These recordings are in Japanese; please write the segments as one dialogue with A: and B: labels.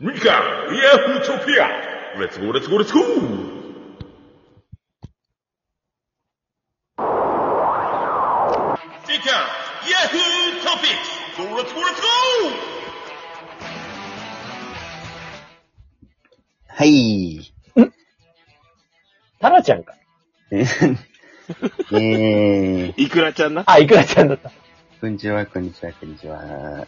A: We got Yahoo Topia. Let's go, let's go, let's go. 時間 Yahoo Topics! So let's go, let's go!
B: はい。
C: タラちゃんか。
B: えーえー、
D: いくらちゃんな。
C: あ、イクラちゃんだった。
B: こんにちは、こんにちは、こんにちは。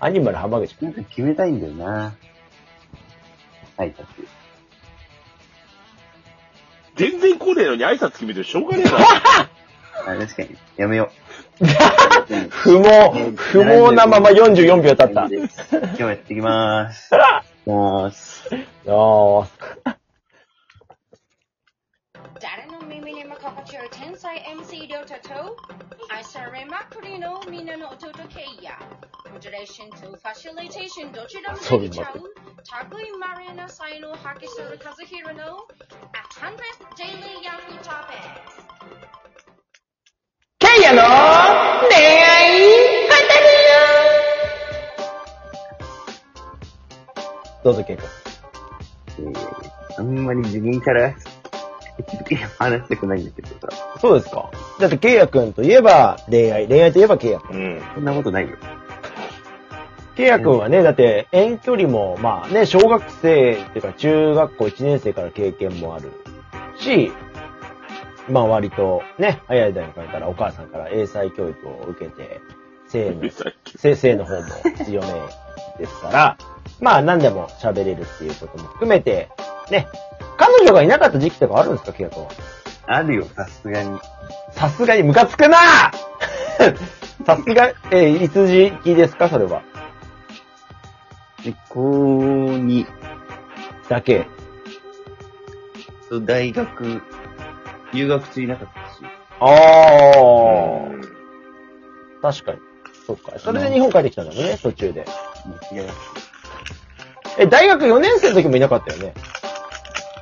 C: アニマル浜口。
B: なんか決めたいんだよな。挨拶。
D: 全然来ねえのに挨拶決めてるしょうがねえな。
B: あ、確かに。やめよう。
C: 不毛、不毛なまま44秒経った。
B: 今日やってきまーす。もうす、
C: よー
E: 誰の耳にも心地よい天才 MC 両タと愛されまくりのみんなのお届けやモデレーションとファシリテーションどちらもできちゃう類いまれな才能を発揮する和弘の 800th Daily Yahoo Topics
C: ケイヤの恋愛どうぞ、ケイ君。
B: えーあんまり自分から、話したくないんだけどさ。
C: そうですか。だって、ケイヤ君といえば恋愛、恋愛といえばケイヤ君。
D: うん。
B: そんなことないよ。
C: ケイヤ君はね、だって遠距離も、まあね、小学生っていうか中学校1年生から経験もあるし、まあ割とね、早い段階からお母さんから英才教育を受けて、性の、
D: さっき。
C: 性性の方も強めですから、まあ何でも喋れるっていうことも含めて、ね、彼女がいなかった時期とかあるんですか、ケイヤ君は。
B: あるよ、さすがに。
C: さすがにムカつくな さすが、えー、いつ時期ですか、それは。
B: で、高に
C: だけ。
B: 大学、留学中いなかったし。
C: ああ、確かに。そっか。それで日本帰ってきたんだもんね、途中で。
B: いや
C: え、大学4年生の時もいなかったよね。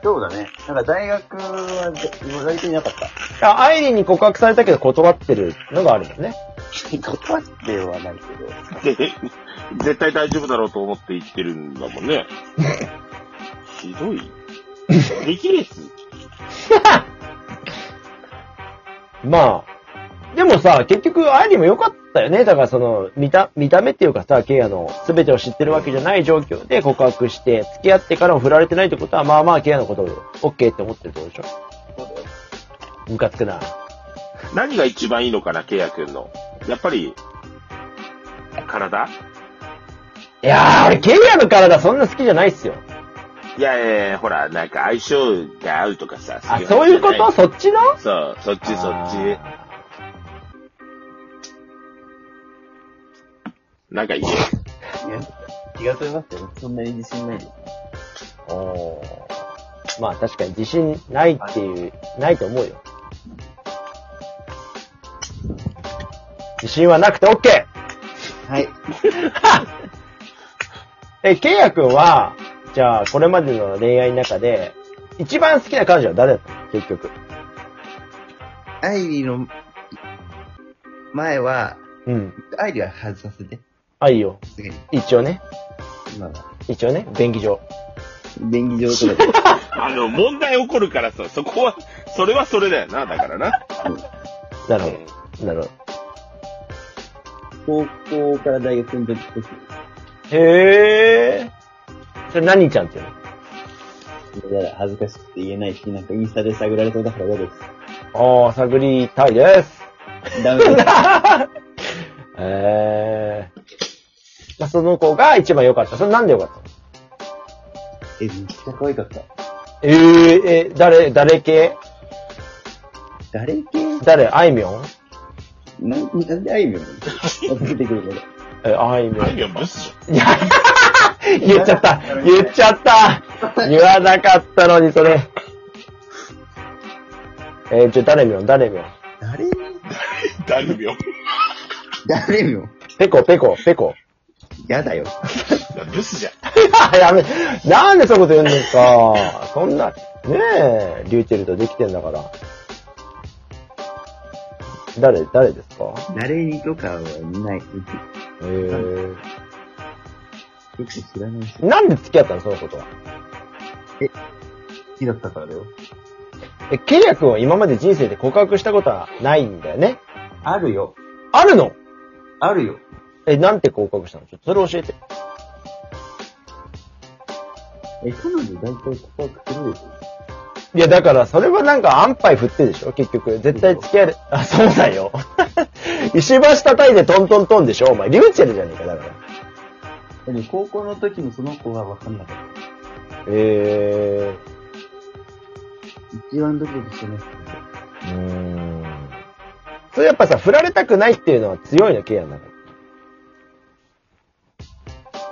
B: そうだね。なんか大学は、だ大体いなかった。
C: あ、アイリンに告白されたけど断ってるのがあるもんね。
B: 断ってはないけど。
D: で、絶対大丈夫だろうと思って言ってるんだもん ね。ひどい。激烈。
C: まあ。でもさ、結局、アイリンも良かったよね。だからその、見た、見た目っていうかさ、ケイヤの全てを知ってるわけじゃない状況で告白して、付き合ってからも振られてないってことは、まあまあ、ケイヤのことを OK って思ってるってことでしょムカつくな。
D: 何が一番いいのかな、ケイヤ君の。やっぱり、体
C: いやー、俺、ケイヤの体そんな好きじゃないっすよ。
D: いやいやいや、ほら、なんか相性が合うとかさ。
C: あ、そういうこ
D: 話じゃな
C: とそっちの
D: そう、そっちそっち。なんかいいよ。
B: いや、気が取れますよ。そんなに自信ないです。
C: ち。おーまあ確かに自信ないっていう、ないと思うよ。自信はなくて OK!
B: はい。
C: え、ケイヤ君は、じゃあこれまでの恋愛の中で、一番好きな彼女は誰だったの結局。
B: アイリーの前は、
C: うん。
B: アイリーは外させて。
C: あ、いいよ。
B: さすがに。
C: 一応ね。
B: 今は。
C: 一応ね。便宜上。
B: 便宜上とかで。
D: あの、問題起こるからさ、そこは、それはそれだよな、だから な。
C: なるほど。なるほど。
B: 高校から大学に時々、
C: へえ。ー。それ何ちゃんっていうの
B: やだ、恥ずかしくて言えないし、なんかインスタで探られそうだから嫌で
C: ああ、探りたい です。
B: す。ダメだ。
C: ええまあ、その子が一番良かった。それなんで良かったの
B: え、めっちゃ可愛かった。
C: えええ、誰、誰系
B: 誰系
C: 誰あいみょん
B: ななんであい みょん送ってくるの
C: え、あいみょ
D: あ
C: ん。
D: いみょんブスじ
C: いや、 言っちゃった言っちゃった言わなかったのに、それ。えー、ちょ、誰みょん誰みょん
B: 誰みょん
D: ゃん。誰みょん。
B: 誰みょん
C: ペコ、ペコ、ペコ。
B: やだよ。
D: ブスじゃ
C: や
D: ん。
C: め、なんでそういうこと言うんですかそんな、ねえ、リューチェルとできてんだから。誰、誰ですか
B: 誰にとかはない。
C: えー、
B: よく知らないし、
C: なんで付き合ったのそのことは。
B: 好きだったからだよ。
C: え、ケイヤ君は今まで人生で告白したことはないんだよね。
B: あるよ。
C: あるの
B: あるよ。
C: え、なんて告白したのちょっとそれ教えて。
B: え、彼女大体告白するでしょ
C: いや、だから、それはなんか、安牌振ってでしょ結局。絶対付き合える。あ、そうだよ。 石橋叩いてトントントンでしょお前、リューチェルじゃねえか、だから。
B: でも高校の時もその子が分かんなかった。
C: え
B: 一番ドキドキしてます。
C: ー。うーん。それやっぱさ、振られたくないっていうのは強いの、ケイヤの中で。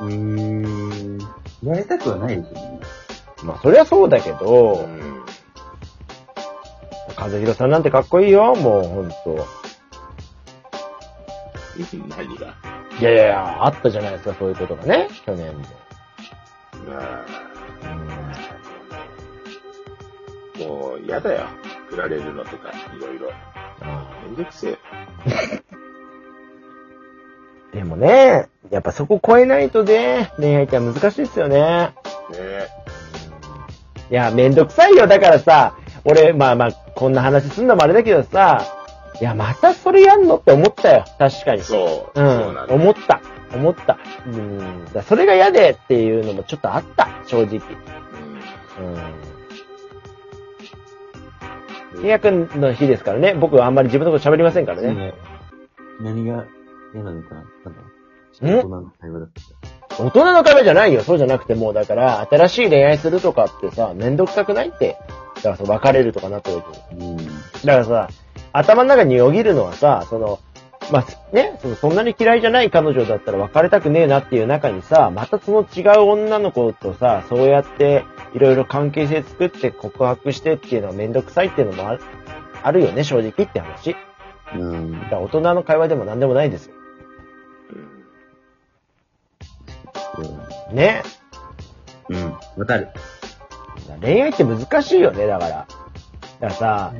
B: うーん。やりたくはないですよね。
C: まあ、そりゃそうだけど、和弘さんなんてかっこいいよ、もう、ほんと。
D: 何が
C: いやいやいや、あったじゃないですか、そういうことがね、去年も。
D: ま
C: うん
D: あ、もう嫌だよ。振られるのとか、いろいろ。
C: あ
D: めんどくせえ。
C: ーでもね、やっぱそこ超えないとね、恋愛って難しいですよね。
D: ねえ。
C: いや、めんどくさいよ。だからさ、俺、まあまあ、こんな話すんのもあれだけどさ、いや、またそれやんのって思ったよ。確かに。
D: そ
C: う
D: う。そうんな。の。
C: 思った。思った。うん。だからそれが嫌でっていうのもちょっとあった。正直。うん。ケイヤ君の日ですからね。僕はあんまり自分のこと喋りませんからね。
B: ね何が嫌なのかな多分。
C: ん
B: 大人の会話だったか
C: 大人の壁じゃないよ。そうじゃなくてもう、だから、新しい恋愛するとかってさ、めんどくさくないって。だからそう、別れるとかなった時に。
B: ら。うん。
C: だからさ、頭の中によぎるのはさ、その、まあ、ね、そのそんなに嫌いじゃない彼女だったら別れたくねえなっていう中にさ、またその違う女の子とさ、そうやっていろいろ関係性作って告白してっていうのはめんどくさいっていうのもあるあるよね、正直って話。だ
B: うん。
C: から大人の会話でも何でもないですよ。ね。
B: うん。わかる。
C: 恋愛って難しいよね、だから。だからさ、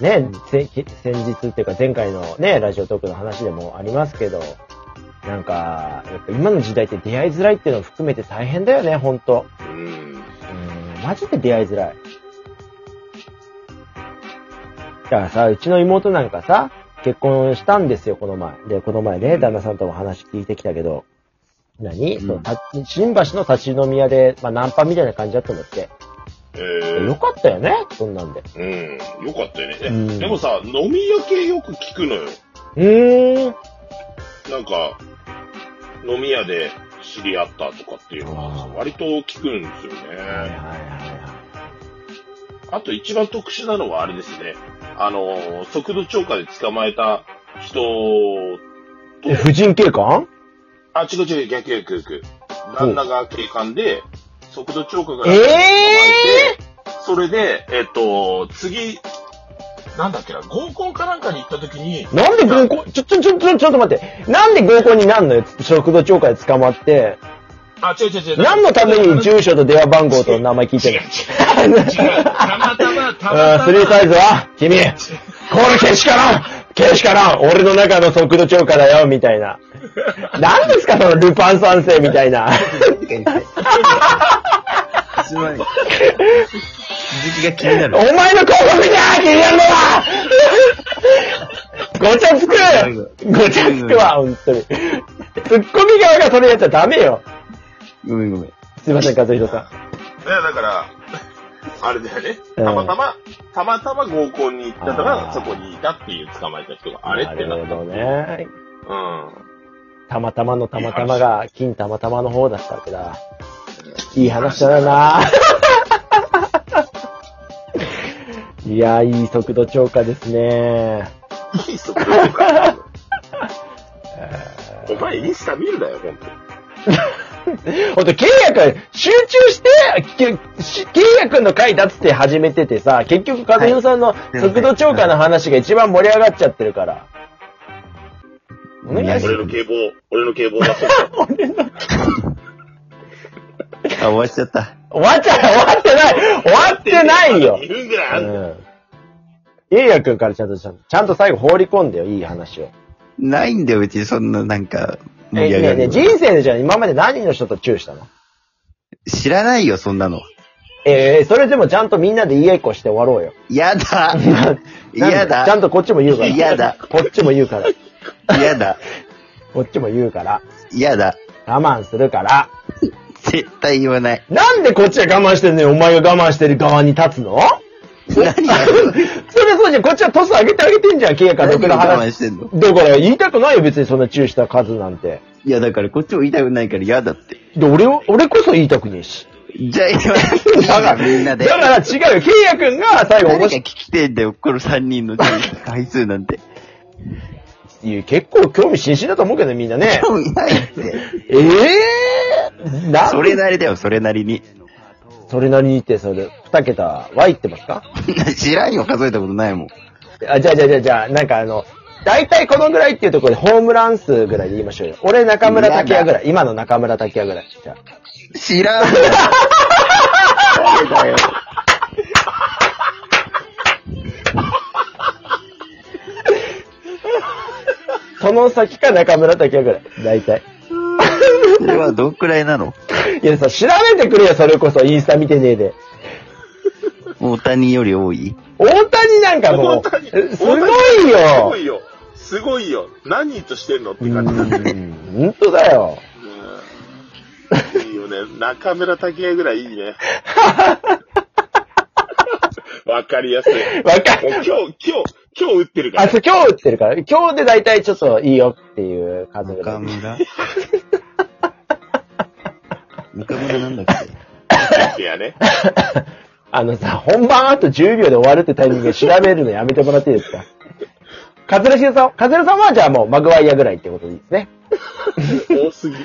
C: ね、せき先日っていうか前回のね、ラジオトークの話でもありますけど、なんか、やっぱ今の時代って出会いづらいっていうのを含めて大変だよね、ほんと。
D: うん。
C: うん、マジで出会いづらい。だからさ、うちの妹なんかさ、結婚したんですよ、この前。で、この前ね、旦那さんとも話聞いてきたけど、何、
B: うん
C: そうた新橋の立ち飲み屋で、まあナンパみたいな感じだったんだって。
D: え
C: よ
D: ー、
C: かったよね、そんなんで。
D: うん。よかったよね。え
C: うん
D: でもさ、飲み屋系よく聞くのよ。
C: うーん。
D: なんか、飲み屋で知り合ったとかっていうのは、割と聞くんですよ
C: はいはい
D: ね。
C: は
D: あと一番特殊なのはあれですね。あの、速度超過で捕まえた人と
C: い。え、、婦人警官
D: あ、違う違う、逆逆逆。旦那が警官で、速度超過から
C: え
D: 捕まえ
C: え
D: て、それで、えっと、次、なんだっけな、合コンかなんかに行った時に、
C: なんで合コン、ちょ、ちょ、ちょ、ちょ、ちょっと待って。なんで合コンになんのよ食堂超過で捕まって。
D: あ、違う違う違う。
C: 何のために住所と電話番号と名前聞いて
D: 違う違
C: る
D: う。違う。たまたま、たま
C: あー
D: た
C: スリー
D: ま。
C: サイズは君、これけしからんけしからん俺の中の速度超過だよみたいな。何ですかそのルパン三世みたいな。
B: す ごい。続きが気にな
C: お
B: る。
C: 前の広告じゃん気になるのはごちゃつくごちゃつくわ、本当に。ツッコミ側がそれやっちゃダメよ。
B: ごめんごめん。
C: すいません、和弘さ
D: いや、だから、あれだよね。たまたま、たまたま合コンに行ったから、
C: あー
D: そこにいたっていう捕まえた人が、
C: ん。
D: あれって
C: な
D: な
C: る
D: っ
C: ほ
D: た。
C: どね。
D: う
C: たまたまのたまたまが、金たまたまの方だったわけだ。いい話だな いや、いい速度超過ですね。
D: ん。いい速度とか。お前インスタ見るなよ、ほんと。
C: ほんと、ケイヤ君、集中して、けしケイヤ君の回だっつって始めててさ、結局、和弘さんの
B: い
C: 速度超過の話が一番盛り上がっちゃってるから。お願いし
D: 俺の警棒、俺の警棒がそうだ。
B: あ、終わっちゃった。
C: 終わっちゃう終わってない終わってないよ
D: 2分ぐらいあんの
C: うん。ケイヤ君からちゃんと、ちゃんと最後放り込んでよ、いい話を。
B: ないんだよ、うちそんななんか、
C: え、
B: 盛
C: ね
B: り上が
C: え
B: る
C: ねえ、
B: よ
C: 人生でじゃあ今まで何人の人とチューしたの
B: 知らないよ、そんなの。
C: ええ、それでもちゃんとみんなで家っこして終わろうよ。
B: やだ。
C: なんで
B: やだ。
C: ちゃんとこっちも言うから。
B: 嫌だ
C: こっちも言うから。
B: やだ。
C: こっちも言うから。
B: やだ。
C: 我慢するから。
B: 絶対言わない。
C: なんでこっちは我慢してんのよ、お前が我慢してる側に立つの
B: 何や
C: それそうじゃん、こっちはトス上げてあげてんじゃん、ケイか
B: 何
C: ど
B: を
C: くら
B: 我慢
C: 話。
B: してんの
C: だから言いたくないよ、別にそんなチューした数なんて。
B: いや、だからこっちも言いたくないから嫌だって。
C: で、俺を、俺こそ言いたくねえし。
B: じゃあ言わない。みんなで。
C: だから違うよ、ケイヤ君が最後
B: 誰
C: 面
B: が
C: 白
B: 聞きてんだよ、この3人 の回数なんて。
C: いいや。結構興味津々だと思うけどね、みんな ね。
B: 興味ないって。
C: ええー、な
B: それなりだよ、それなりに。
C: それなりにって、それ、二桁は言ってますか
B: 知らんよ、数えたことないもん。
C: あ、じゃあじゃあじゃあじゃあ、なんかあの、大体このぐらいっていうところでホームラン数ぐらいで言いましょうよ。俺中村拓也ぐらい。今の中村拓也ぐらい。じゃあ
B: 知らん よ。誰だよ。
C: その先か中村拓也ぐらい。大体。
B: それはどんくらいなの
C: いやさ、調べてくれよ、それこそ。インスタ見てねえで。
B: 大谷より多い
C: 大谷なんか も
D: 本
C: う
D: 当に、
C: えすごい
D: すご
C: よ。
D: いよ。すごいよ。何人としてんのって
C: う
D: 感じだね。
C: ん、本当だよ。
D: うんいいよね。中村竹也ぐらいい いね。わかりやすい。
C: わか
D: もう今日、今日、今日打ってるか
C: あ、
D: ら。
C: そう、今日打ってるから。今日で大体ちょっといいよっていう数ぐら
B: 中
C: い。
B: 村。中村なんだっけ
D: いやね。
C: あのさ、本番あと10秒で終わるってタイミングで調べるのやめてもらっていいですか カズレシゲさん、カズレさんはじゃあもうマグワイアぐらいってことでいいですね。
D: 多すぎ。